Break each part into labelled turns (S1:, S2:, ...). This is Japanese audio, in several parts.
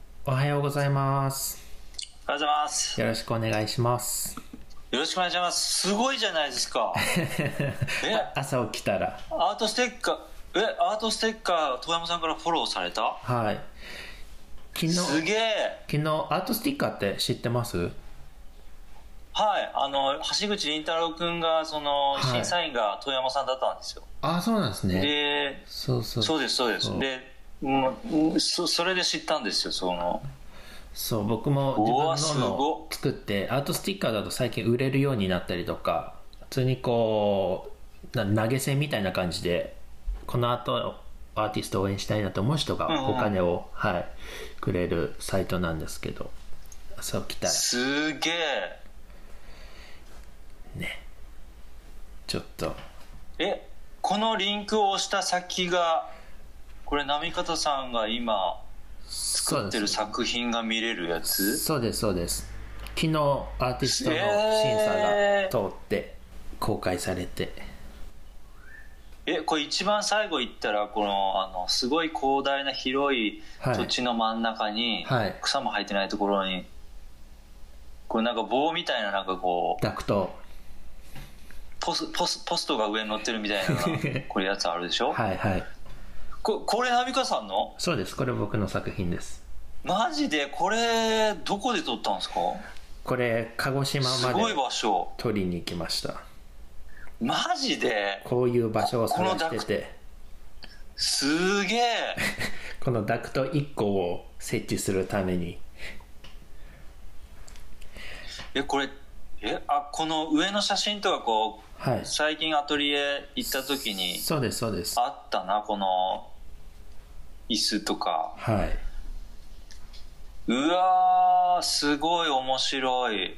S1: ございます。
S2: おはようございます。
S1: よろしくお願いします。
S2: よろしくお願いします。すごいじゃないで すか。え、
S1: 朝起きたら、
S2: アートステッカー、え、アートステッカー、遠山さんからフォローされた
S1: はい。昨日、
S2: す
S1: 昨
S2: げえ。
S1: 日、アートスティッカーって知ってます
S2: はい、あの、橋口倫太郎くんが、その、
S1: い
S2: 審査員が遠山さんだったんですよ。
S1: あ、そうなんですね。
S2: で、
S1: そうそう。
S2: そうです、そうで
S1: そ
S2: す。
S1: う
S2: で、うんうんそそれで知ったんですよ、その。
S1: そう、僕も
S2: うわ
S1: 自分の
S2: す
S1: のを作って、アートスティッカーだと最近売れるようになったりとか、普通にこう、な投げ銭みたいな感じで、この後、アーティストを応援したいなと思う人
S2: うん
S1: が
S2: うん
S1: お金を、はい、くれるサイトなんですけど、朝起きたら、
S2: すげえ。
S1: ちょっと、
S2: え、このリンクを押した先が、これ、波方さんが今、
S1: そう
S2: や
S1: で
S2: って
S1: す
S2: る作品が見れるやつ
S1: そうですそうです昨日アーティストの審
S2: えー
S1: 査が通って公開されて、
S2: えこれ一番最後行ったらこのあのすごい広大な広い
S1: はい
S2: 土地の真ん中に、
S1: はい
S2: 草も生えてないところにこれなんか棒みたいななんかこう
S1: ダクト
S2: ポスポスポストが上に乗ってるみたい なこれやつあるでしょ、
S1: はいはい
S2: ここれナミカさんの
S1: そうですこれ僕の作品です
S2: マジでこれどこで撮ったんですか
S1: これ鹿児島
S2: す
S1: ま
S2: ご
S1: で
S2: い場所
S1: 撮りに行きました
S2: マジで
S1: こういう場所を探してて
S2: すげえ
S1: このダクト1個を設置するために
S2: えこれえあこの上の写真とかこう
S1: はい
S2: 最近アトリエ行った時に
S1: そうですそうです
S2: あったなこの椅子とか
S1: はいう
S2: わーすごい面白い、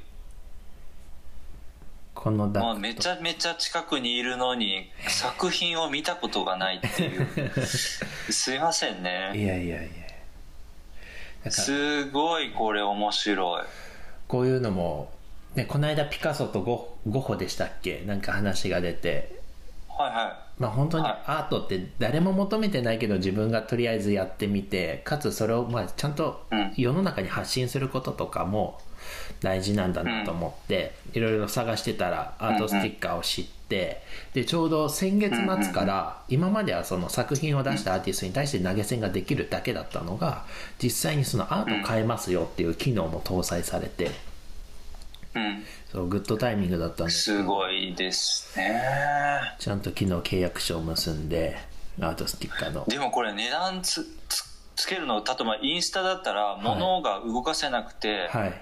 S1: このダク
S2: ま
S1: ト
S2: あ、めちゃめちゃ近くにいるのに作品を見たことがないっていう すいません
S1: い
S2: ね
S1: やいやいやだから
S2: すごいこれ面白い
S1: こういうのも、ね、この間ピカソとゴゴッホでしたっけなんか話が出て
S2: はいは
S1: まあ本当に
S2: はい
S1: アートって誰も求めてないけど自分がとりあえずやってみてかつそれをまあちゃんと
S2: うん
S1: 世の中に発信することとかも大事なんだなと思っていろいろ探してたらアートスティッカーを知ってでちょうど先月末から今まではその作品を出したアーティストに対して投げ銭ができるだけだったのが実際にそのアート変えますよっていう機能も搭載されて
S2: いうん
S1: そうグッドタイミングだったんです
S2: すごいですね
S1: ちゃんと昨日契約書を結んでアートスティッカーの
S2: でもこれ値段つつつけるの例えばインスタだったら物が動かせなくて、
S1: はい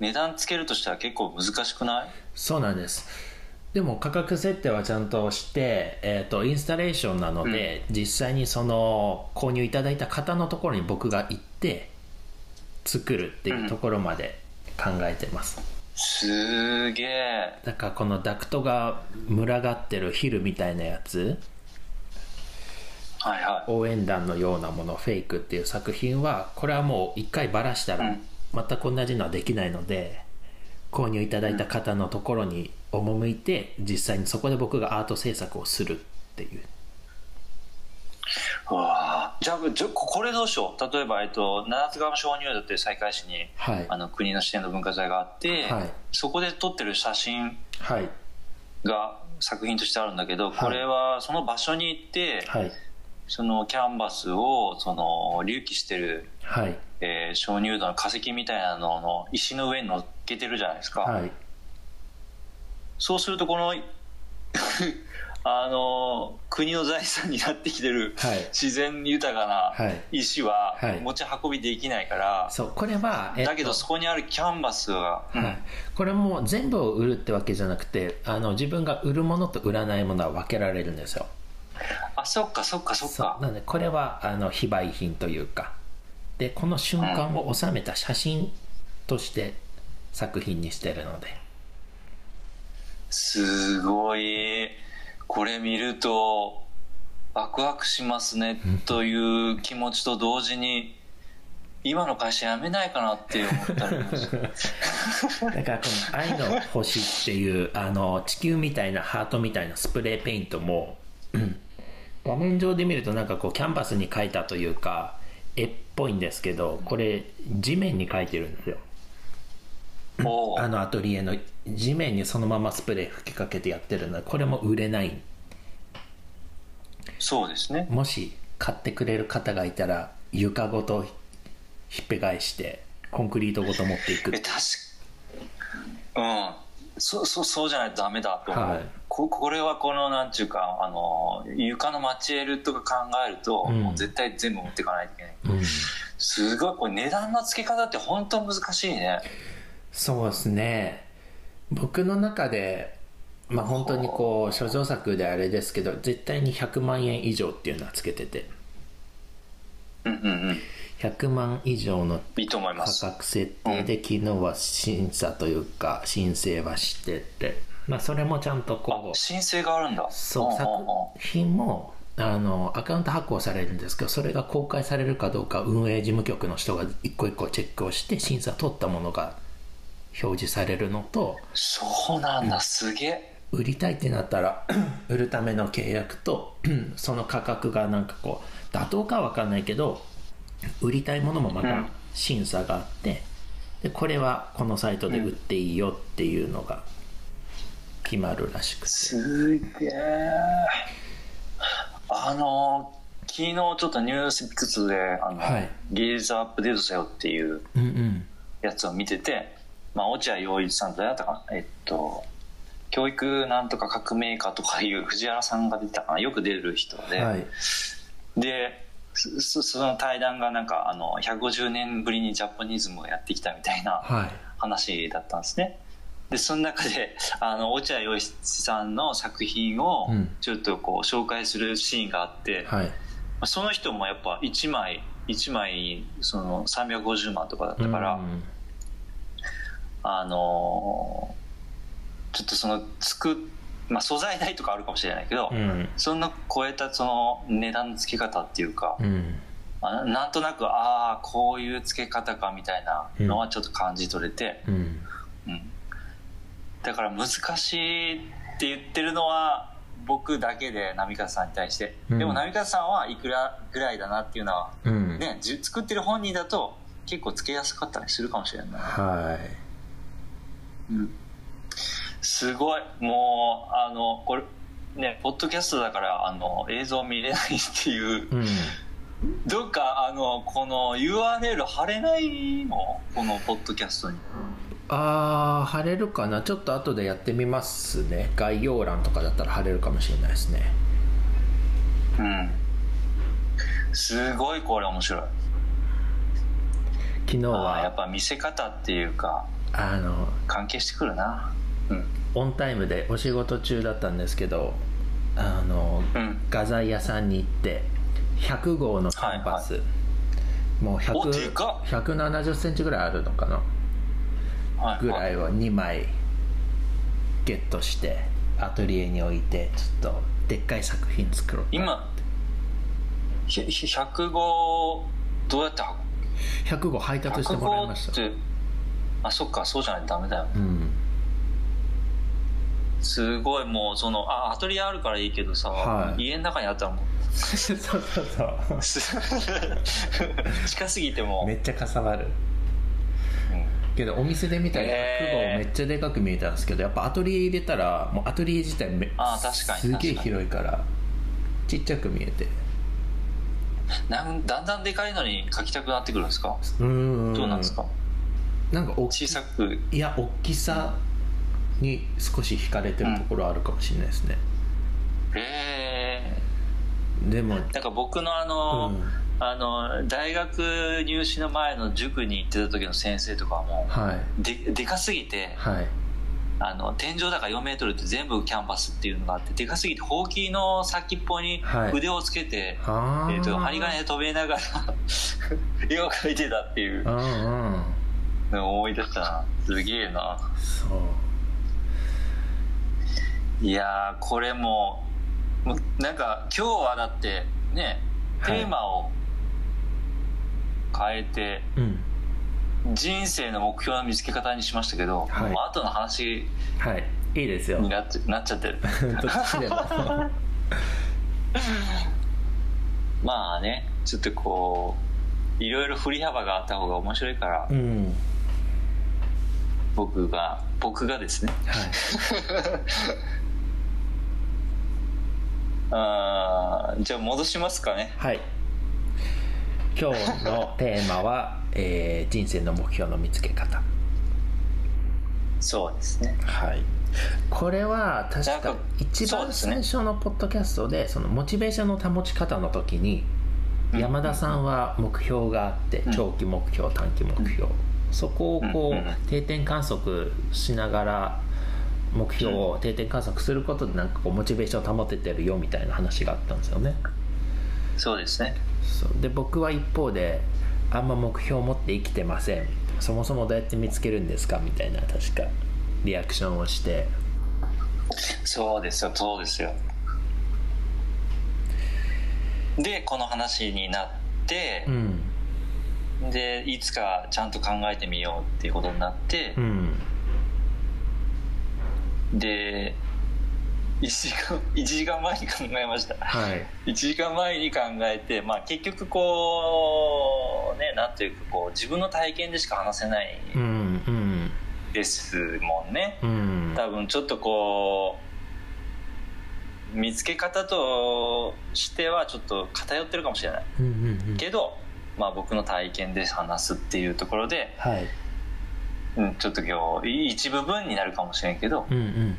S2: 値段つけるとしたら結構難しくない
S1: そうなんですでも価格設定はちゃんとして、えー、とインスタレーションなので、実際にその購入いただいた方のところに僕が行って作るっていうところまで考えてます、
S2: すーげえ
S1: だからこのダクトが群がってるヒルみたいなやつ
S2: はいは
S1: 応援団のようなもの「フェイク」っていう作品はこれはもう一回ばらした
S2: う
S1: ら
S2: ん
S1: 全く同じのはできないので購入いただいた方のところに赴いて実際にそこで僕がアート制作をするっていう
S2: いうわあじゃあじゃここれどうしよう例えば、えっと、七つ川鍾乳洞という西海市に、
S1: はい
S2: あの国の支援の文化財があって、
S1: はい
S2: そこで撮ってる写真
S1: はい
S2: が作品としてあるんだけどこれはその場所に行って、
S1: はい
S2: そのキャンバスをその隆起してる、
S1: はい
S2: えー鍾乳洞の化石みたいなのの石の上に乗っけてるじゃないですか、
S1: はい
S2: そうするとこの あの国の財産になってきてる、
S1: はい
S2: 自然豊かな
S1: はい
S2: 石は
S1: はい
S2: 持ち運びできないから、
S1: そうこれは、えっと
S2: だけどそこにあるキャンバスは、うん
S1: はい、これも全部を売るってわけじゃなくてあの自分が売るものと売らないものは分けられるんですよ
S2: あそっかそっかそっ
S1: そう
S2: か
S1: なのでこれはあの非売品というかでこの瞬間を収めた写真として作品にしてるのです
S2: ごいこれ見るとワクワクしますねという気持ちと同時に今の会社辞めないかなって思ったりもし
S1: だからこの「愛の星」っていうあの地球みたいなハートみたいなスプレーペイントもうん画面上で見るとなんかこうキャンバスに描いたというか絵っぽいんですけどこれ地面に描いてるんですよ
S2: お
S1: あ
S2: ー
S1: のアトリエの地面にそのままスプレー吹きかけてやってるのでこれも売れない
S2: そうですね
S1: もし買ってくれる方がいたら床ごとひっぺ返してコンクリートごと持っていく
S2: え確かうんそそそうじゃないとダメだと思う、
S1: はい
S2: ここれはこのなんちゅうかあの床のマチエルとか考えると、
S1: うん
S2: もう絶対全部持っていかないといけない
S1: うん、
S2: すごいこれ値段の付け方って本当難しいね
S1: そうですね僕の中でまあ本当にこう諸女作であれですけど絶対に100万円以上っていうのはつけてて
S2: うんうんうん
S1: 100万以上の
S2: いいと思いま
S1: 価
S2: す
S1: 格設定で昨日は審査というか申請はしてて、まあ、それもちゃんと
S2: あ
S1: こう
S2: 申請があるんだ
S1: そう作品もあのアカウント発行されるんですけどそれが公開されるかどうか運営事務局の人が一個一個チェックをして審査取ったものが表示されるのと
S2: そうなんだすげえ
S1: 売りたいってなったら 売るための契約と その価格がなんかこう妥当かわかんないけど売りたいものもま
S2: う
S1: た
S2: ん
S1: 審査があって、でこれはこのサイトで売っていいよっていうのが決まるらしくて、
S2: すげえあの昨日ちょっとニュースピックスであの、
S1: はい
S2: 芸術アップデートせよっていう
S1: うんうん
S2: やつを見てて、まあ、落合陽一さんとやったかなえっと教育なんとか革命家とかいう藤原さんが出てたかなよく出る人で、
S1: はい
S2: でそそその対談がなんかあの150年ぶりにジャポニズムをやってきたみたいな
S1: はい
S2: 話だったんですね。でその中であの落合陽一さんの作品を
S1: うん
S2: ちょっとこう紹介するシーンがあって、ま
S1: はい
S2: あその人もやっぱ1枚1枚その350万とかだったから、
S1: うん
S2: あのーちょっとその作っ、まあ、素材代とかあるかもしれないけど、
S1: うん
S2: そんな超えたその値段の付け方っていうか、
S1: うん
S2: あなんとなくああこういう付け方かみたいなのはちょっと感じ取れて。
S1: うん
S2: うんだから難しいって言ってるのは僕だけで波風さんに対して、
S1: うん
S2: でも波風さんはいくらぐらいだなっていうのは、
S1: うん
S2: ね、じ作ってる本人だと結構つけやすかったりするかもしれない、
S1: はい
S2: うんすごいもうあのこれねポッドキャストだからあの映像見れないっていう
S1: うん
S2: どっかあのこの URL 貼れないのこのポッドキャストに
S1: あー貼れるかなちょっと後でやってみますね概要欄とかだったら貼れるかもしれないですね
S2: うんすごいこれ面白い
S1: 昨日
S2: あーや
S1: は
S2: っぱ見せ方っていうか
S1: あの
S2: 関係してくるなうん
S1: オンタイムでお仕事中だったんですけどあの
S2: うん
S1: 画材屋さんに行って100号のキャンパス、もう
S2: おで
S1: 100
S2: かっ
S1: 170センチぐらいあるのかな
S2: は
S1: ぐらいを2枚ゲットしてアトリエに置いてちょっとでっかい作品作ろうと
S2: 今ひひ105どうやって
S1: 100号配達して
S2: 運ぶ
S1: もらいま
S2: 105
S1: し
S2: ったてあそっかそうじゃないとダメだよ
S1: うん
S2: すごいもうそのあアトリエあるからいいけどさ、
S1: はい
S2: 家の中にあったら も
S1: そうそうそう
S2: うす近すぎても
S1: めっちゃかさばる
S2: うん
S1: けどお店で見たら100
S2: へー
S1: 号めっちゃでかく見えたんですけどやっぱアトリエ入れたらもうアトリエ自体め
S2: あー確かに
S1: すげえ
S2: 確かに
S1: 広いからちっちゃく見えて
S2: なんだんだんでかいのに書きたくなってくるんですか
S1: うーん
S2: どうなんですか
S1: なんかお
S2: 小さく
S1: いや大きさに少し惹かれてるところあるかもしれないですね、
S2: え
S1: でも
S2: ー、なんか僕のあの、
S1: うん
S2: あの大学入試の前の塾に行ってた時の先生とかはも
S1: はいう
S2: ででかすぎて
S1: はい
S2: あの天井だから4メートルって全部キャンバスっていうのがあってでかすぎてほうきの先っぽに
S1: はい
S2: 腕をつけて、
S1: は
S2: えー、と針金で飛びながら 絵を描いてたっていう
S1: うんうん
S2: のを思い出したなすげえな
S1: そう
S2: いやーこれももうなんか今日はだってね
S1: はい
S2: テーマを変えて、
S1: うん
S2: 人生の目標の見つけ方にしましたけど、
S1: はい
S2: もう後の話
S1: はいいいですよ
S2: になっちゃなっちゃってる
S1: どっちでも
S2: まあねちょっとこういろいろ振り幅があった方が面白いから
S1: うん
S2: 僕が僕がですね
S1: はい
S2: あーじゃあ戻しますかね
S1: はい今日のテーマは、えー人生の目標の見つけ方
S2: そうですね
S1: はいこれは確
S2: なん
S1: か
S2: か
S1: 一
S2: そう
S1: 番
S2: ですね
S1: 最初のポッドキャストでそのモチベーションの保ち方の時に
S2: うん
S1: 山田さんは目標があって
S2: うん
S1: 長期目標短期目標そこをこ
S2: うんうん
S1: う定点観測しながら目標を定点観測することでなんかこうモチベーションを保ててるよみたいな話があったんですよね
S2: そうですね
S1: そうで僕は一方であんま目標を持って生きてませんそもそもどうやって見つけるんですかみたいな確かリアクションをして
S2: そうですよそうですよでこの話になって
S1: う、ん
S2: でいつかちゃんと考えてみようっていうことになって
S1: う、ん
S2: で1時間 ,1 時間前に考えました
S1: はい
S2: 1時間前に考えて、まあ、結局こうねなんていうかこう自分の体験でしか話せない
S1: うんうん
S2: ですもんね
S1: うん
S2: 多分ちょっとこう見つけ方としてはちょっと偏ってるかもしれない
S1: うんうんうん
S2: けど、まあ、僕の体験で話すっていうところで、
S1: はい
S2: うん、ちょっと今日一部分になるかもしれんけど
S1: うんうん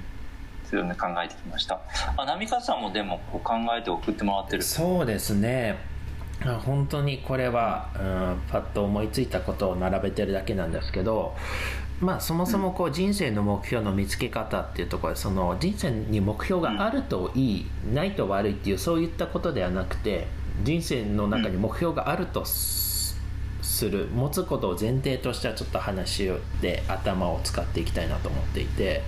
S2: そういうの考えてきましたあ波川さんもでもこう考えて送ってもらってる
S1: そうですねあ本当にこれは、うん、パッと思いついたことを並べてるだけなんですけどまあそもそもこう人生の目標の見つけ方っていうところでその人生に目標があるといい、ないと悪いっていうそういったことではなくて人生の中に目標があるとすする持つことを前提としたちょっと話で頭を使っていきたいなと思っていて。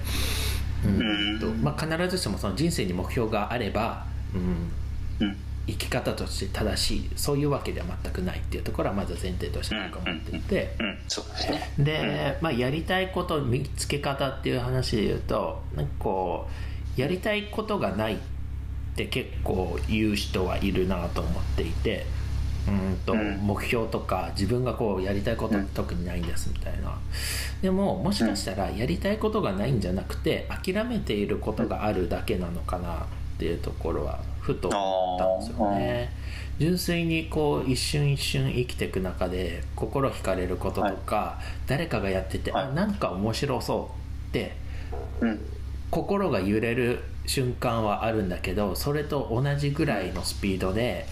S1: うんと
S2: うん
S1: まあ、必ずしもその人生に目標があれば、うん、
S2: うん
S1: 生き方として正しいそういうわけでは全くないっていうところはまず前提として僕は思っていて、
S2: うんそうですね
S1: で、まあ、やりたいこと見つけ方っていう話で言うとなんかこうやりたいことがないって結構言う人はいるなと思っていてうんと、
S2: うん
S1: 目標とか自分がこうやりたいことって特にないんですみたいなでももしかしたらやりたいことがないんじゃなくて諦めていることがあるだけなのかなっていうところはふと思ったんですよね純粋にこう一瞬一瞬生きていく中で心惹かれることとか、誰かがやってて、
S2: はい
S1: あなんか面白そうって
S2: うん
S1: 心が揺れる瞬間はあるんだけどそれと同じぐらいのスピードで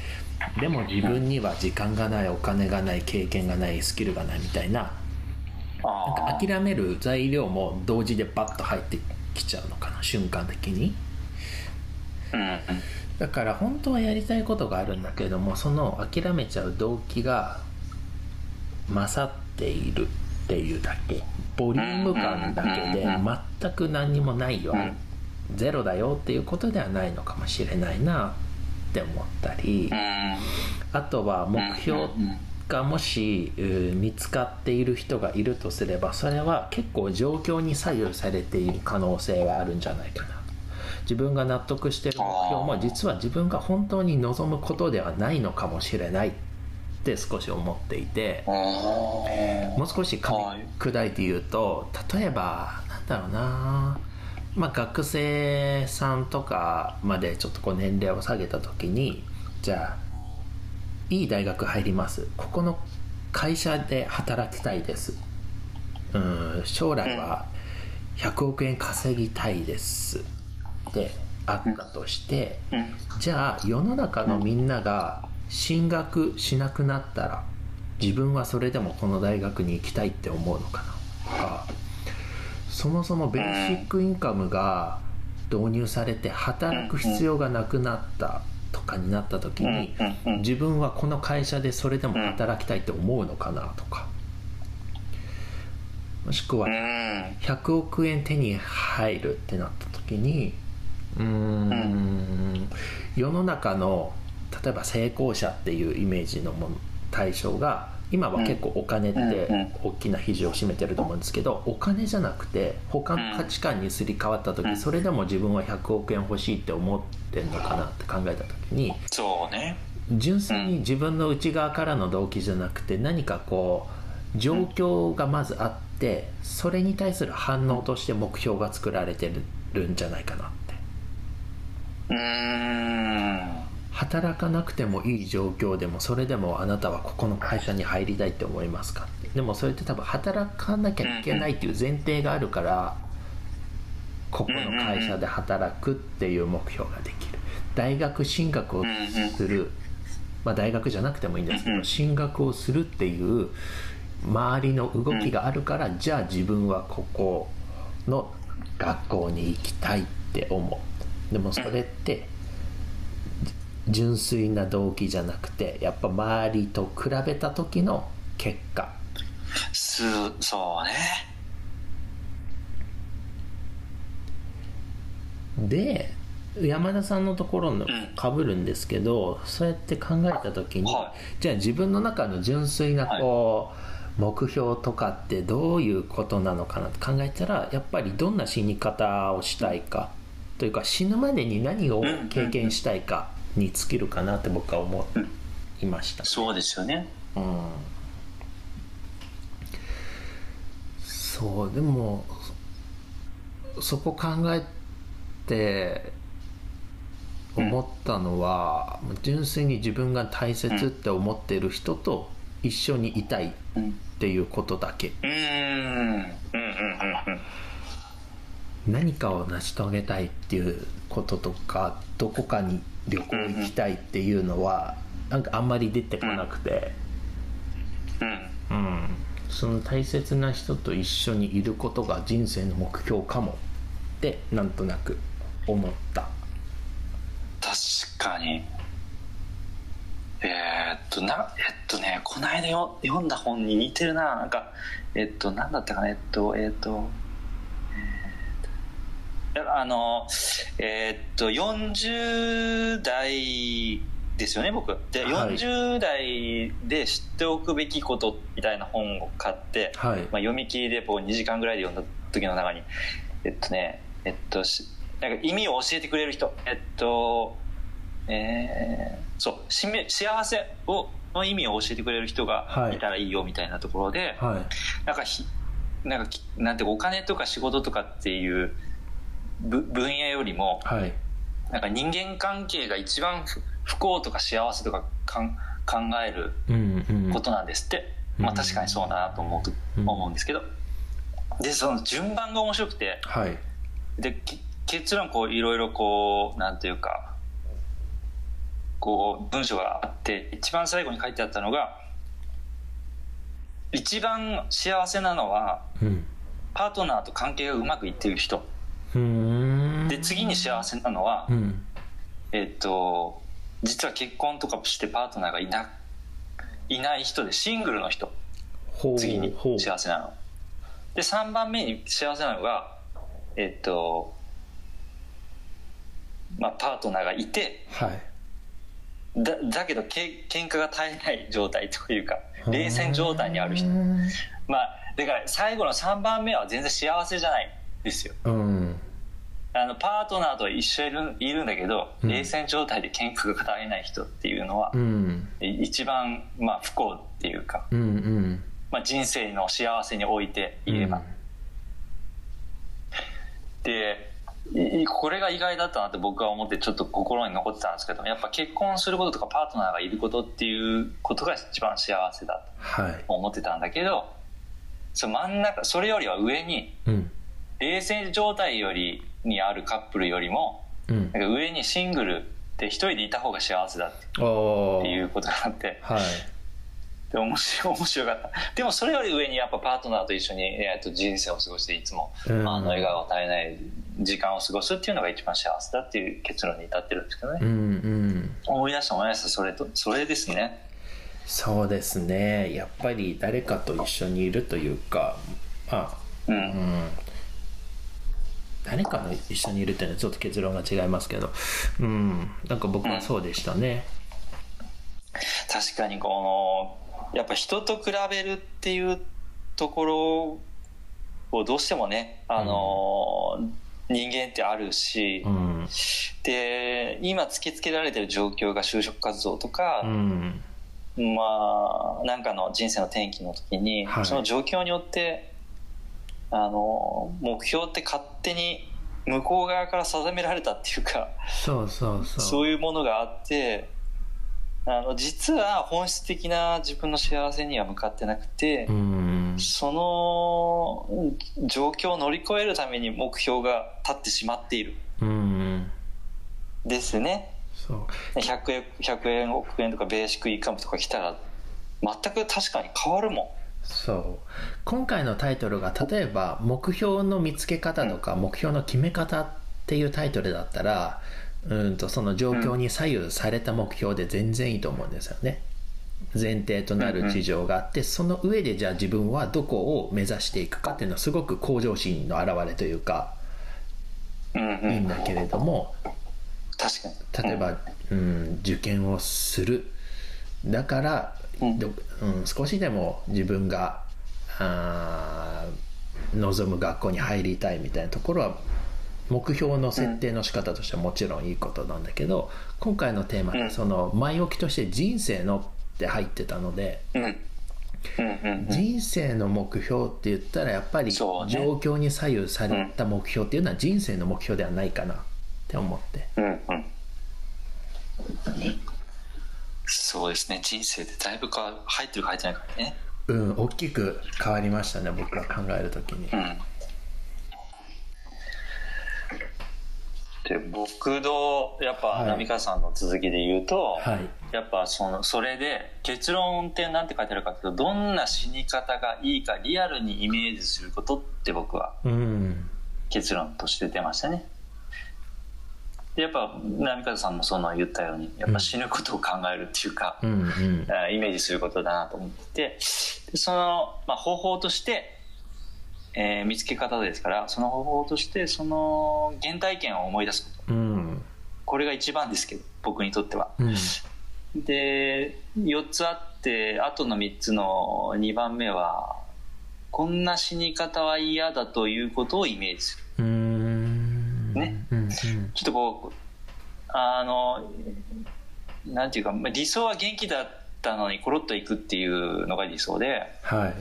S1: でも自分には時間がないお金がない経験がないスキルがないみたいななん
S2: あ
S1: か
S2: あ
S1: 諦める材料も同時でバッと入ってきちゃうのかな瞬間的に。
S2: うんうん
S1: だから本当はやりたいことがあるんだけどもその諦めちゃう動機が勝っているっていうだけボリューム感だけで
S2: うんうん
S1: 全く何にもないよ、
S2: うん
S1: ゼロだよっていうことではないのかもしれないなって思ったりあとは目標
S2: うんうん
S1: がもしうー見つかっている人がいるとすればそれは結構状況に左右されている可能性があるんじゃないかな自分が納得してる目標も
S2: あー
S1: 実は自分が本当に望むことではないのかもしれないって少し思っていて
S2: あー
S1: もう少し噛み
S2: はい
S1: 砕いて言うと例えばなんだろうなまあ学生さんとかまでちょっとこう年齢を下げた時にじゃあいい大学入りますここの会社で働きたいですうん将来は100億円稼ぎたいですってあったとして
S2: うん
S1: じゃあ世の中のみんなが進学しなくなったら自分はそれでもこの大学に行きたいって思うのかなとかそもそもベーシックインカムが導入されて働く必要がなくなったとかになった時
S2: うん
S1: に
S2: うんうん
S1: 自分はこの会社でそれでも働きたいって思うのかなとかもしくは
S2: うん
S1: 100億円手に入るってなった時にうーん
S2: うん
S1: 世の中の例えば成功者っていうイメージのもの対象が今は結構お金っ
S2: うんうん
S1: て大きな比重を占めてると思うんですけどお金じゃなくて他の価値観にすり替わった
S2: う
S1: 時
S2: ん
S1: それでも自分は100億円欲しいって思ってんのかなって考えた時に
S2: そうね
S1: 純粋に自分の内側からの動機じゃなくて何かこう状況がまずあってそれに対する反応として目標が作られてるんじゃないかなって
S2: うーん
S1: 働かなくてもいい状況でもそれでもあなたはここの会社に入りたいって思いますかってでもそれって多分働かなきゃいけないっていう前提があるからここの会社で働くっていう目標ができる大学進学をする、まあ、大学じゃなくてもいいんですけ
S2: うんう
S1: ど
S2: ん
S1: 進学をするっていう周りの動きがあるからじゃあ自分はここの学校に行きたいって思うでもそれって純粋な動機じゃなくてやっぱ周りと比べた時の結果
S2: すそうね
S1: で山田さんのところの
S2: ん
S1: かぶるんですけど、そうやって考えた時に、
S2: は
S1: じゃあ自分の中の純粋なこう、目標とかってどういうことなのかなって考えたらやっぱりどんな死に方をしたいかというか死ぬまでに何を経験したいかに尽きるかなって僕は思いました。
S2: そうですよね
S1: うんそうでもそそこ考えて思ったのは、もう純粋に自分が大切って思ってる人と一緒にいたいっ
S2: うん
S1: ていうことだけ
S2: うーんうんうんうん
S1: 何かを成し遂げたいっていうこととかどこかに旅行行きたいっていうのはなんかあんまり出てこなくて。
S2: うんうん
S1: うん、その大切な人と一緒にいることが人生の目標かもってなんとなく思った
S2: 確かにえー、っとなえっとねこの間よ読んだ本に似てるななんかえっとなんだったかなえっとえっとえーっといやあのえーっと40代ですよね僕で、
S1: はい
S2: 40代で知っておくべきことみたいな本を買って、
S1: はい
S2: まあ、読み切りでこう2時間ぐらいで読んだ時の中にえっとねえっとしなんか意味を教えてくれる人えっとえーそうしめ幸せをの意味を教えてくれる人が
S1: はい
S2: いたらいいよみたいなところで、
S1: は
S2: なんかひなんかきなんてお金とか仕事とかっていうぶ分野よりも
S1: いはい
S2: なんか人間関係が一番ふ不幸とか幸せとかかん考える
S1: うんうん
S2: ことなんですって、
S1: うん
S2: まあ確かにそうだなと思う,、
S1: うん
S2: 思うんですけどでその順番が面白くて
S1: はい
S2: でけ結論こういろいろこうなんていうかこう文章があって一番最後に書いてあったのが一番幸せなのは
S1: うん
S2: パートナーと関係がうまくいっている人
S1: ふーん
S2: で次に幸せなのは、
S1: うん
S2: えっと実は結婚とかしてパートナーがいないない人でシングルの人
S1: ほう
S2: 次に
S1: ほう
S2: 幸せなので3番目に幸せなのがえっとまあパートナーがいて
S1: はい
S2: だだけどけ喧嘩が絶えない状態というか冷戦状態にある人
S1: うん
S2: まあだから最後の3番目は全然幸せじゃないんですよ
S1: うん
S2: あのパートナーと一緒にいるいるんだけど、
S1: うん
S2: 冷戦状態で喧嘩が絶えない人っていうのは
S1: う、ん
S2: い一番、まあ、不幸っていうか、
S1: うんうん
S2: まあ、人生の幸せにおいて言えば、でいこれが意外だったなって僕は思ってちょっと心に残ってたんですけどやっぱ結婚することとかパートナーがいることっていうことが一番幸せだ
S1: はい
S2: と思ってたんだけどその真ん中それよりは上に
S1: うん
S2: 冷静状態よりにあるカップルよりも
S1: うん
S2: なんか上にシングルで一人でいた方が幸せだって
S1: お
S2: ってい
S1: ー
S2: うことがあって
S1: はい
S2: で面白い面白かったでもそれより上にやっぱパートナーと一緒に、えーと人生を過ごしていつも
S1: うん
S2: あの笑顔を絶えない時間を過ごすっていうのが一番幸せだっていう結論に至ってるんですけどね、
S1: うんうん
S2: 思い出した思い出したそれとそれですね
S1: そうですねやっぱり誰かと一緒にいるというかま
S2: うん、
S1: あうん誰かの一緒にいるっていうのはちょっと結論が違いますけどうんなんか僕はそうでしたね
S2: 確かにこのやっぱ人と比べるっていうところをどうしてもねあのー、人間ってあるし、
S1: うんうん
S2: で今突きつけられてる状況が就職活動と
S1: う
S2: か、
S1: ん
S2: まあなんかの人生の転機の時に、
S1: はい
S2: その状況によってあの目標って勝手に向こう側から定められたっていうか
S1: そうそうそう
S2: そういうものがあってあの実は本質的な自分の幸せには向かってなくて、
S1: うん
S2: そのうん状況を乗り越えるために目標が立ってしまっている
S1: うん
S2: ですね
S1: そう
S2: 100円100円億円とかベーシックインカムとか来たら全く確かに変わるも
S1: そう今回のタイトルが例えば「目標の見つけ方」とか「目標の決め方」っていうタイトルだったらうんとその状況に左右された目標で全然いいと思うんですよね。前提となる事情があってその上でじゃあ自分はどこを目指していくかっていうのはすごく向上心の表れというか
S2: ん、うんう
S1: い
S2: ん
S1: いんだけれども
S2: 確かに
S1: 例えば、うん、受験をするだから、
S2: うん
S1: どうん、少しでも自分があー望む学校に入りたいみたいなところは目標の設定の仕方としてはもちろんいいことなんだけど、今回のテーマ
S2: う
S1: が
S2: ん
S1: その前置きとして人生のって入ってたので、
S2: うん、うんうんうん
S1: 人生の目標って言ったらやっぱり状
S2: そうね
S1: 況に左右された目標っていうのは人生の目標ではないかなって思って。
S2: うんうんそうですね人生でだいぶ変わる入ってるか入ってないかね
S1: うん、大きく変わりましたね僕が考えるときに
S2: で僕のやっぱ
S1: はい
S2: 浪川さんの続きで言うと、
S1: はい
S2: やっぱそのそれで結論ってなんて書いてあるかっていうとどんな死に方がいいかリアルにイメージすることって僕は
S1: うん
S2: 結論として出ましたねでやっぱ浪川さんもその言ったようにやっぱ死ぬことを考えるっていうか、
S1: うんうん
S2: あイメージすることだなと思ってでその、まあ、方法として、えー見つけ方ですからその方法としてその原体験を思い出すこと
S1: うん
S2: これが一番ですけど僕にとっては
S1: うん
S2: で4つあってあとの3つの2番目はこんな死に方は嫌だということをイメージする
S1: うん
S2: ね
S1: うん
S2: ちょっとこうあのなんていうかまあ理想は元気だったのにコロッといくっていうのが理想で
S1: はい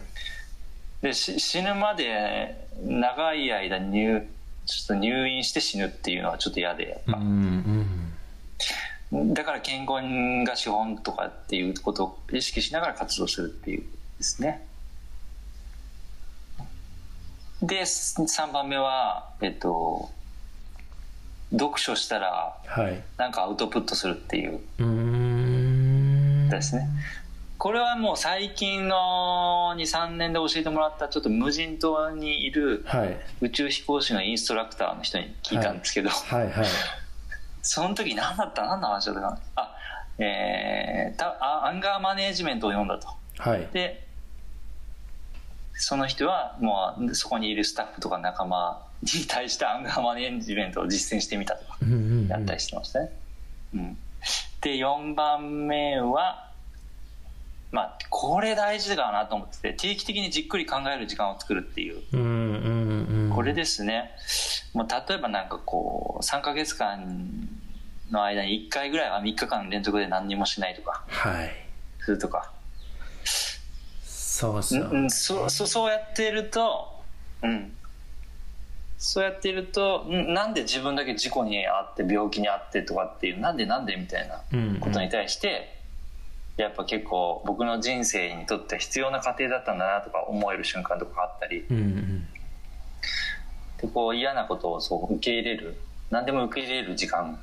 S2: でし死ぬまで長い間入ちょっと入院して死ぬっていうのはちょっと嫌で、
S1: うんうん
S2: だから健康が資本とかっていうことを意識しながら活動するっていうですねで3番目はえっと読書したら
S1: はい
S2: なんかアウトプットするっていう
S1: うん
S2: ですねこれはもう最近の23年で教えてもらったちょっと無人島にいる
S1: はい
S2: 宇宙飛行士のインストラクターの人に聞いたんですけど、
S1: はいはい
S2: その時何だった何の話だったかなあえーたあアンガーマネージメントを読んだと
S1: はい
S2: でその人はもうそこにいるスタッフとか仲間に対してアンガーマネージメントを実践してみたとか
S1: うんうん
S2: やったりしてましたね、うん、で4番目はまあこれ大事だなと思ってて定期的にじっくり考える時間を作るっていう
S1: うんうんうん
S2: これですね、もう例えばなんかこう3ヶ月間の間に1回ぐらいは3日間連続で何にもしないとか
S1: はい
S2: するとか
S1: そう
S2: う
S1: そ
S2: ん、う、
S1: うん
S2: そうそうそうやってるとうんそうやってるとうんなんで自分だけ事故に遭って病気に遭ってとかっていうなんでなんでみたいな
S1: うん
S2: ことに対して、やっぱ結構僕の人生にとって必要な過程だったんだなとか思える瞬間とかがあったり
S1: うんうん
S2: でこう嫌なことをそう受け入れる何でも受け入れる時間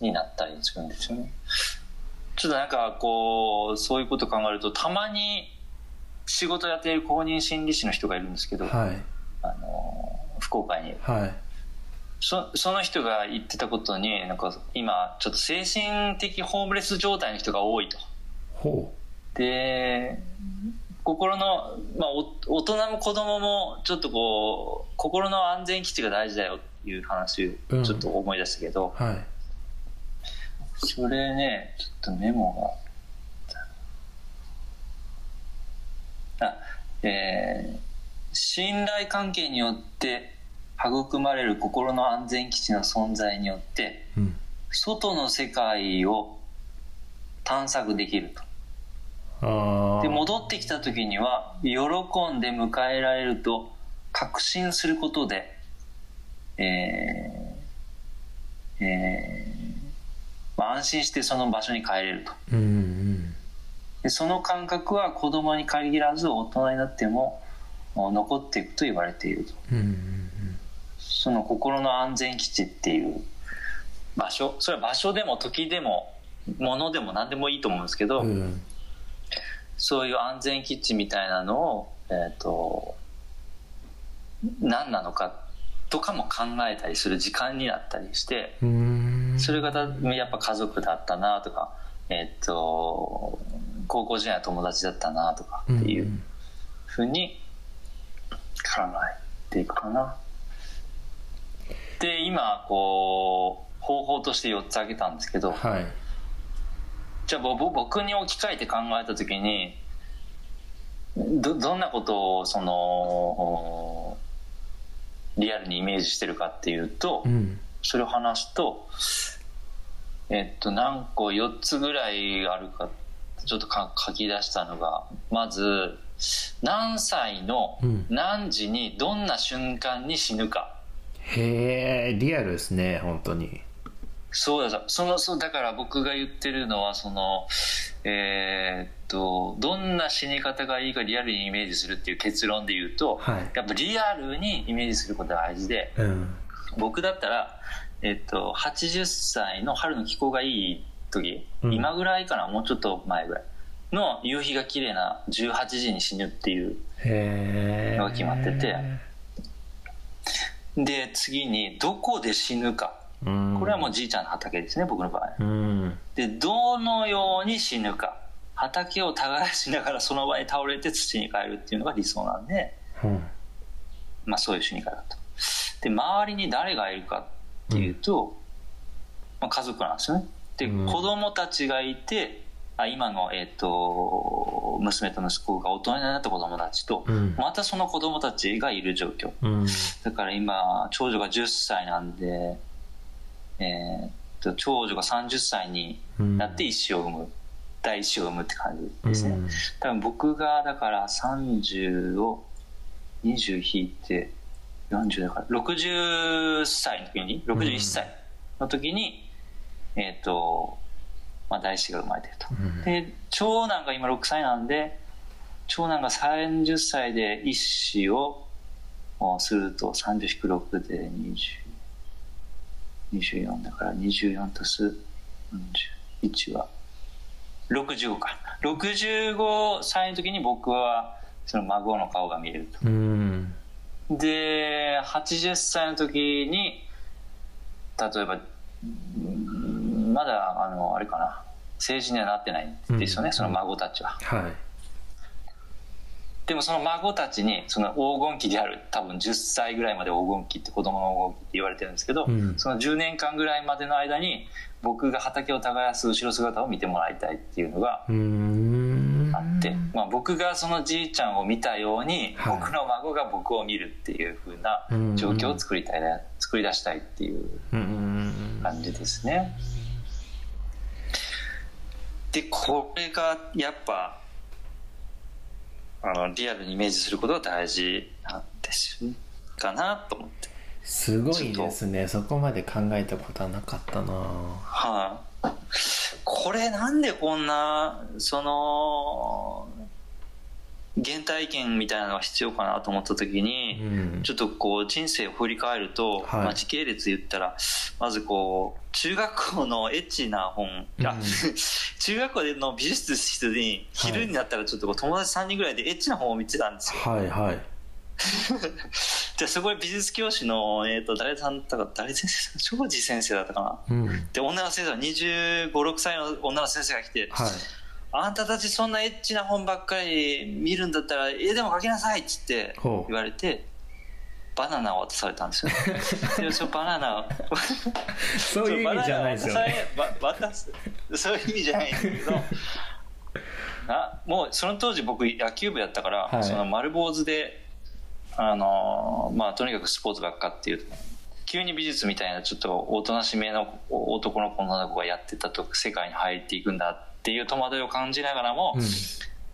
S2: になったりするんですよねちょっとなんかこうそういうこと考えるとたまに仕事やっている公認心理師の人がいるんですけど、
S1: はい
S2: あの福岡に
S1: はい
S2: そその人が言ってたことになんか今ちょっと精神的ホームレス状態の人が多いと
S1: ほ
S2: で心の、まあ、お大人も子供もちょっとこう心の安全基地が大事だよっていう話
S1: う
S2: を
S1: ん
S2: ちょっと思い出したけど、
S1: うはい
S2: それねちょっとメモがあえー信頼関係によって育まれる心の安全基地の存在によって
S1: うん
S2: 外の世界を探索できると
S1: あ
S2: で
S1: ー
S2: 戻ってきた時には喜んで迎えられると確信することでえーえーまあ、安心してその場所に帰れると
S1: うんうん
S2: でその感覚は子供に限らず大人になってももう残っていくと言われていると
S1: うんうんうん
S2: その心の安全基地っていう場所それは場所でも時でも物でも何でもいいと思うんですけど、
S1: うん
S2: そういう安全基地みたいなのを、えー、と何なのかとかも考えたりする時間になったりして
S1: うん
S2: それがだやっぱ家族だったなとか、えー、と高校時代の友達だったなとかっていう
S1: うん
S2: ふうに考えていくかな。で今こう方法として4つ挙げたんですけど、
S1: はい
S2: じゃあぼぼ僕に置き換えて考えた時にどどんなことをそのリアルにイメージしてるかっていうと
S1: うん
S2: それを話すとえっと何個4つぐらいあるかちょっとか書き出したのがまず何歳の
S1: うん
S2: 何時にどんな瞬間に死ぬか。
S1: へえリアルですね本当に
S2: そうだそのそうだから僕が言ってるのはそのえーっとどんな死に方がいいかリアルにイメージするっていう結論で言うと、
S1: はい
S2: やっぱリアルにイメージすることが大事で
S1: うん
S2: 僕だったら、えっと80歳の春の気候がいい時、
S1: うん
S2: 今ぐらいかなもうちょっと前ぐらいの夕日が綺麗な18時に死ぬっていう
S1: へえ
S2: が決まっててで次にどこで死ぬか
S1: うん
S2: これはもうじいちゃんの畑ですね僕の場合。
S1: うん
S2: でどのように死ぬか畑を耕しながらその場に倒れて土に帰るっていうのが理想なんで、
S1: うん
S2: まあ、そういう死に方とで周りに誰がいるかっていうと、まあ、家族なんですよねで、
S1: うん
S2: 子供たちがいてあ今の、えっと娘と息子が大人になった子供たちと、
S1: うん
S2: またその子供たちがいる状況
S1: うん
S2: だから今長女が10歳なんでえーっと長女が30歳に
S1: うん
S2: なって一子を産む第一子を産むって感じですね、
S1: うん
S2: 多分僕がだから30を20引いて40だから60歳の時に61歳の時に、えっ、と、まあ、第一子が生まれてると
S1: うん
S2: で長男が今6歳なんで長男が30歳で一子をおすると30-6で20 24だから24足す41は65か65歳の時に僕はその孫の顔が見える
S1: う
S2: と
S1: ん
S2: で80歳の時に例えばうんまだあのあれかな成人にはなってないんですよね、
S1: うん
S2: その孫たちは
S1: はい
S2: でもその孫たちにその黄金期である多分10歳ぐらいまで黄金期って子供の黄金期って言われてるんですけど、
S1: うん
S2: その10年間ぐらいまでの間に僕が畑を耕す後ろ姿を見てもらいたいっていうのが
S1: うん
S2: あって、まあ、僕がそのじいちゃんを見たように、
S1: はい
S2: 僕の孫が僕を見るっていう風な
S1: うん
S2: 状況を作りたいな、作り出したいっていう
S1: うんうん
S2: 感じですね。でこれがやっぱあのリアルにイメージすることが大事なんですよねかなと思って
S1: すごいですねそこまで考えたことはなかったな
S2: はい、これなんでこんなその原体験みたいなのが必要かなと思った時に、
S1: うん
S2: ちょっとこう人生を振り返ると、
S1: はい
S2: まあ時系列で言ったらまずこう中学校のエッチな本、あ
S1: うん
S2: 中学校での美術室に
S1: はい
S2: 昼になったらちょっとこう友達3人ぐらいでエッチな本を見てたんですよ。
S1: はいはい
S2: でそこで美術教師の、えー、と誰さんだったか誰先生庄司先生だったか
S1: う
S2: な。
S1: ん
S2: で女の先生は2 5 6歳の女の先生が来て、
S1: はい
S2: あんたたちそんなエッチな本ばっかり見るんだったら絵でも描きなさいっつって
S1: ほう
S2: 言われてバナナを渡されたんです よでそのバナナを
S1: そういう意味じゃないですよね
S2: バナナを渡されば渡すそういう意味じゃないんだけどなもうその当時僕野球部やったから、
S1: はい
S2: その丸坊主であのまあとにかくスポーツばっかっていう急に美術みたいなちょっとおとなしめの男の子女の子がやってたと世界に入っていくんだっていう戸惑いを感じながらも、
S1: うん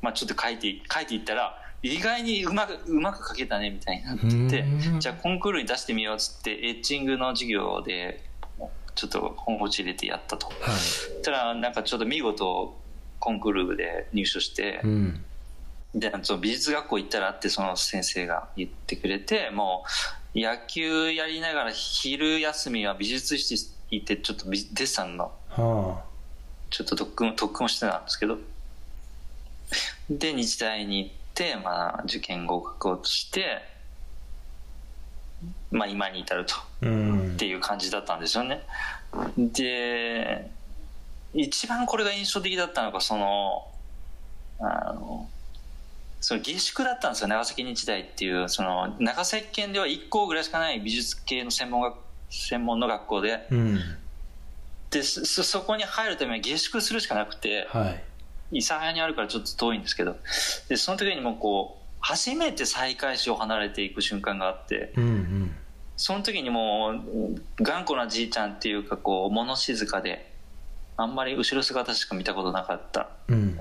S2: まあ、ちょっと書いて書いていったら意外にうまくうまく書けたねみたいになって
S1: うん
S2: じゃあコンクールに出してみようっつってエッチングの授業でちょっと本腰入れてやったと
S1: はい
S2: そしたらなんかちょっと見事コンクールで入賞して
S1: う、ん
S2: でその美術学校行ったらってその先生が言ってくれてもう野球やりながら昼休みは美術室行ってちょっと美デッサンの
S1: は
S2: ちょっと特訓特訓をしてたんですけどで日大に行って、まあ、受験合格をして、まあ、今に至ると
S1: あうん
S2: っていう感じだったんですよねで一番これが印象的だったのがそのあのその下宿だったんですよ長崎日大っていうその長崎県では1校ぐらいしかない美術系の専門学専門の学校で
S1: うん
S2: でそそこに入るために下宿するしかなくて
S1: はい
S2: 諫早にあるからちょっと遠いんですけどでその時にもうこう初めて再会市を離れていく瞬間があって
S1: うんうん
S2: その時にもう頑固なじいちゃんっていうかこう物静かであんまり後ろ姿しか見たことなかった
S1: うん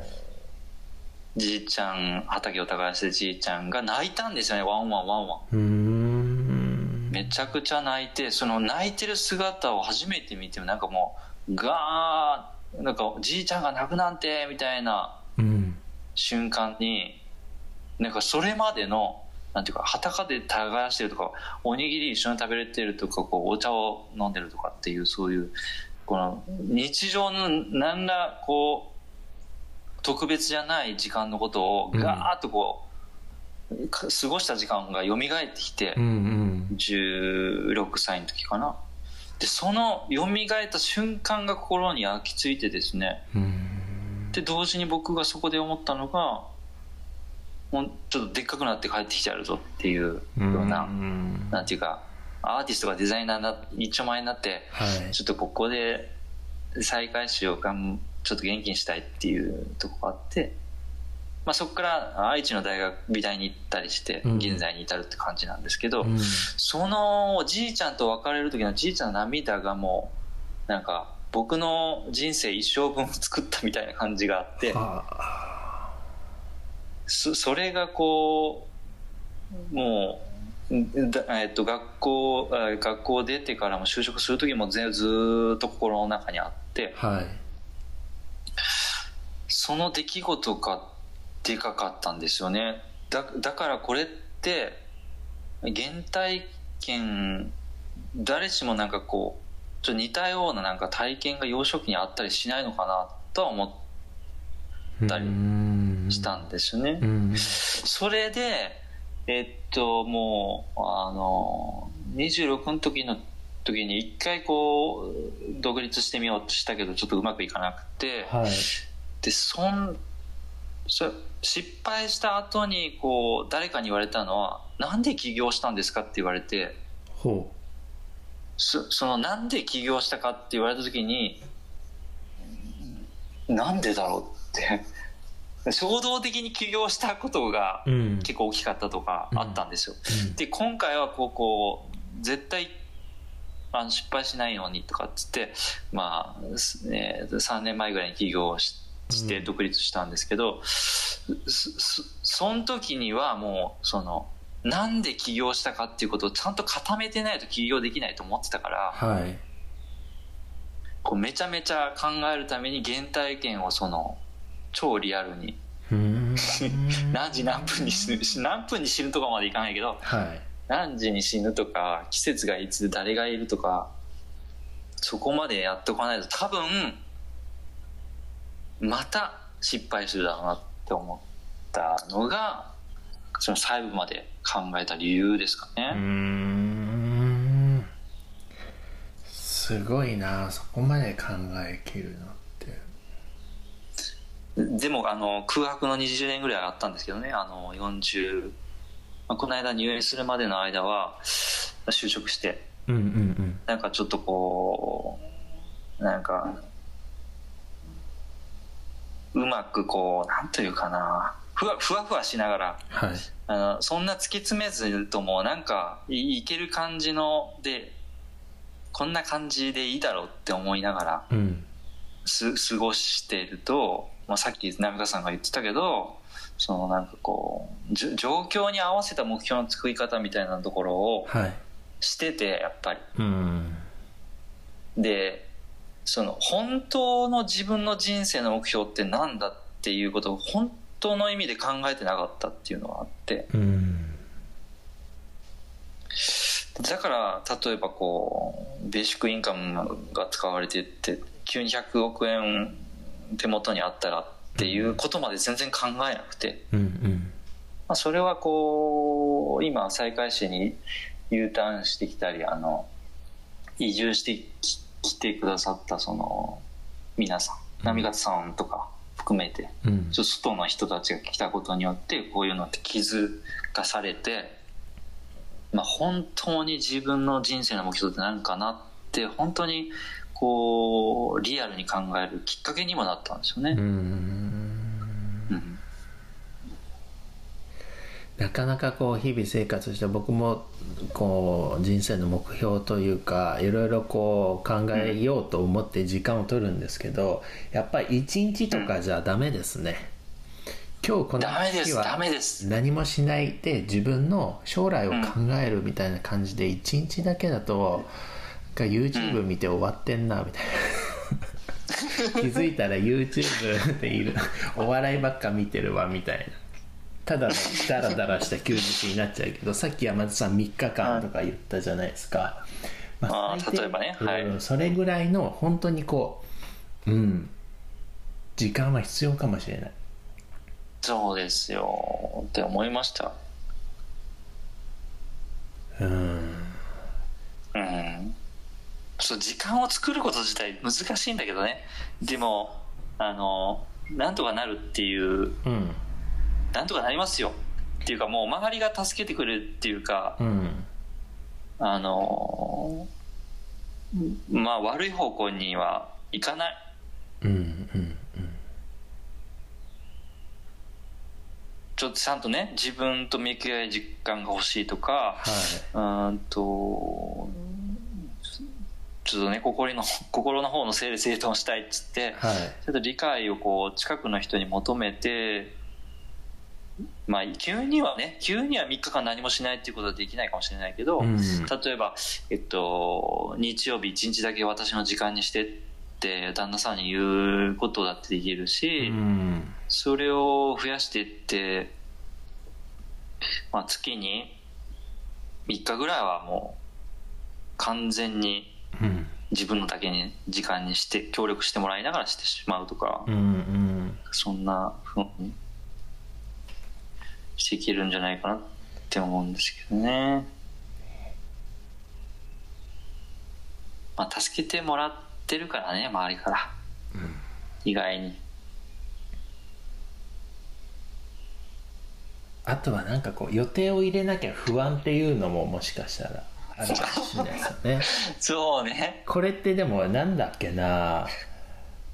S2: じいちゃん畑を耕してじいちゃんが泣いたんですよねワンワンワンワン
S1: うーん
S2: めちゃくちゃ泣いてその泣いてる姿を初めて見てなんかもうガーなんかじいちゃんが泣くなんてみたいな
S1: うん
S2: 瞬間になんかそれまでのなんていうか裸で耕してるとかおにぎり一緒に食べれてるとかこうお茶を飲んでるとかっていうそういうこの日常の何らこう特別じゃない時間のことを
S1: うん
S2: ガーッとこう、か過ごした時間が蘇ってきて、
S1: うんうん
S2: 16歳の時かなでその蘇った瞬間が心に焼き付いてですね、
S1: うん
S2: で同時に僕がそこで思ったのがもうちょっとでっかくなって帰ってきてやるぞっていうような、
S1: うん
S2: なんていうかアーティストがデザイナーな一丁前になって
S1: はい
S2: ちょっとここで再開始をがんちょっと元気にしたいっていうとこがあって、まあ、そこから愛知の大学美大に行ったりして
S1: うん
S2: 現在に至るって感じなんですけど、
S1: うん
S2: そのおじいちゃんと別れる時のじいちゃんの涙がもうなんか僕の人生一生分を作ったみたいな感じがあって
S1: はあ
S2: そそれがこうもうんだえっと、学校あ学校出てからも就職する時も全ずーっと心の中にあって
S1: はい
S2: その出来事がでかかったんですよねだだからこれって原体験誰しもなんかこうちょっと似たようななんか体験が幼少期にあったりしないのかなとは思たり
S1: り
S2: したんですよね、
S1: うん
S2: それでえっともうあの26の時の時に一回こう独立してみようとしたけどちょっとうまくいかなくて、
S1: はい
S2: でそんそ失敗した後にこう誰かに言われたのは「なんで起業したんですか?」って言われて
S1: ほ
S2: そその「なんで起業したか?」って言われた時に「うんなんでだろう?」って 衝動的に起業したことが
S1: ううん
S2: 結構大きかったとかあったんですよ。
S1: うん
S2: で今回はこうこう絶対あの失敗しないようにとかっつって、まあすえー3年前ぐらいに起業をしして
S1: うん
S2: 独立したんですけど、そそその時にはもうそのなんで起業したかっていうことをちゃんと固めてないと起業できないと思ってたから
S1: はい
S2: こうめちゃめちゃ考えるために原体験をその超リアルに
S1: うーん
S2: 何時何分に死ぬし 何分に死ぬとかまでいかないけど
S1: はい
S2: 何時に死ぬとか季節がいつ誰がいるとかそこまでやっておかないと多分また失敗するだろうなって思ったのがその細部まで考えた理由ですか
S1: うー
S2: ね。
S1: んすごいなそこまで考えきるのって
S2: でもあの空白の20年ぐらいあったんですけどねあの40、まあ、この間入院するまでの間は就職して
S1: うんうん
S2: なんかちょっとこう、なんか、うまくこう、なんというかな、ふわふわふわしながら
S1: はい
S2: あのそんな突き詰めずともなんかいいける感じのでこんな感じでいいだろうって思いながら
S1: うん
S2: す過ごしてると、まあ、さっき成田さんが言ってたけどそのなんかこうじょ状況に合わせた目標の作り方みたいなところを
S1: はい
S2: しててやっぱり。
S1: うん
S2: でその本当の自分の人生の目標ってなんだっていうことを本当の意味で考えてなかったっていうのがあって
S1: うん
S2: だから例えばこうベーシックインカムが使われてって急に100億円手元にあったらっていうことまで全然考えなくて、
S1: うんうん
S2: まあ、それはこう今西海市に U ターンしてきたりあの移住してき来てくださったその皆さ
S1: ん
S2: ん波形さんとか含めて、
S1: うん
S2: ちょっと外の人たちが来たことによってこういうのって気づかされて、まあ、本当に自分の人生の目標って何かなって本当にこうリアルに考えるきっかけにもなったんですよ
S1: う
S2: ね。
S1: ん
S2: うん
S1: なかなかこう日々生活して僕もこう人生の目標というかいろいろこう考えようと思って時間を取るんですけどやっぱり一日とかじゃダメですね今日この
S2: ダメです
S1: 日
S2: ダ
S1: は
S2: メです。
S1: 何もしないで自分の将来を考えるみたいな感じで一日だけだとなんか YouTube 見て終わってんなみたい な気づいたら YouTube でいるお笑いばっか見てるわみたいなただのダラダラした休日になっちゃうけどさっき山田さん3日間とか言ったじゃないですか、ま
S2: あー
S1: 最低
S2: 例えばねはい
S1: うんそれぐらいの本当にこううん時間は必要かもしれない
S2: そうですよって思いました
S1: うん
S2: うんそう時間を作ること自体難しいんだけどねでもあのなんとかなるっていう
S1: うん
S2: なんとかなりますよっていうかもう周りが助けてくれるっていうか
S1: うん
S2: あのまあ悪い方向にはいかない
S1: うんうん
S2: ちょっとちゃんとね自分と向き合い実感が欲しいとか
S1: は
S2: うーんとちょっとね心の心の方の整理整頓をしたいっつって
S1: いはい
S2: ちょっと理解をこう近くの人に求めてまあ急にはね急には3日間何もしないっていうことはできないかもしれないけど、
S1: うん
S2: 例えば、えっと、日曜日1日だけ私の時間にしてって旦那さんに言うことだってできるし、
S1: うん
S2: それを増やしていって、まあ、月に3日ぐらいはもう完全に
S1: うん
S2: 自分のだけに時間にして協力してもらいながらしてしまうとか、
S1: うん
S2: そんなふうにしていけるんじゃないかなって思うんですけどね。まあ、助けてもらってるからね、周りから。意外に。
S1: あとはなんかこう予定を入れなきゃ不安っていうのももしかしたらあるかもしれないですよね
S2: そうね。
S1: これってでもなんだっけな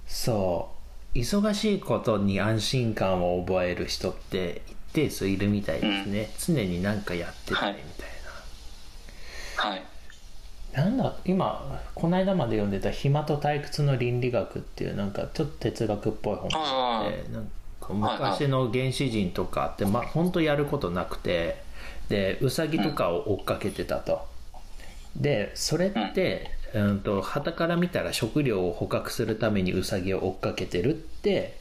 S1: そう忙しいことに安心感を覚える人って一定数いるみたいですね、常になんかやってたりみたい
S2: はい。
S1: な、なんだ今この間まで読んでた「暇と退屈の倫理学」っていうなんかちょっと哲学っぽい本が
S2: あ
S1: でなんか昔の原始人とかって、まあ、本当やることなくてでウサギとかを追っかけてたと、でそれってうんと旗から見たら食料を捕獲するためにウサギを追っかけてるって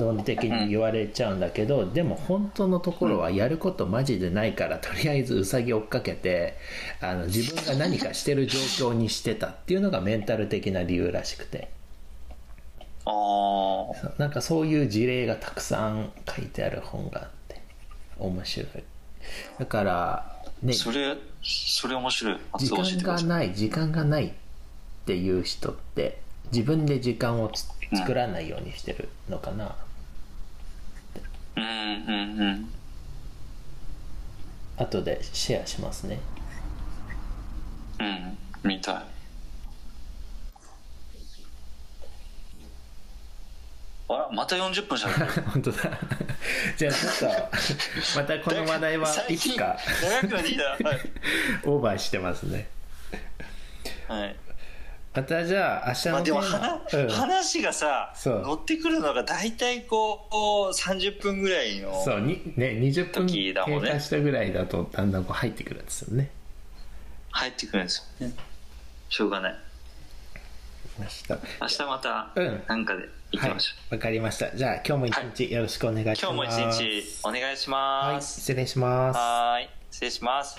S1: 論理的に言われちゃうんだけど、でも本当のところはやることマジでないからとりあえずウサギ追っかけてあの自分が何かしてる状況にしてたっていうのがメンタル的な理由らしくて。
S2: ああ。
S1: そうなんかそういう事例がたくさん書いてある本があって面白いだからね
S2: それ、それ面白い。あ
S1: 時
S2: そう教えて
S1: 間
S2: くだ
S1: が
S2: さい
S1: ない時間がないっていう人って自分で時間をつ作らないようにしてるのかな、
S2: うんうんうん。
S1: 後でシェアしますね
S2: うん。みたい。あらまた40分しゃべる
S1: 本当だ じゃあちょっとまたこの話題はいつか
S2: 最近長くなってきた
S1: オーバーしてますね
S2: は い、はい
S1: またじゃあ明日
S2: まあ、
S1: の
S2: で
S1: テ
S2: も
S1: ーマ
S2: 話,、、話がさ
S1: そう
S2: 乗ってくるのが大体こうこう30分ぐらいの
S1: うん、そうにね20分
S2: 時
S1: 経
S2: だもんね
S1: 過したぐらいだとだんだんこう入ってくるんですよね
S2: 入ってくるんですよねしょうがない
S1: 明日
S2: 明日また
S1: うん
S2: なんかで行きましょ
S1: はい、わかりましたじゃあ今日も一日よろしくお願いします、
S2: う、今日も一日お願いし
S1: はい
S2: ます、
S1: 失礼します
S2: はーい失礼します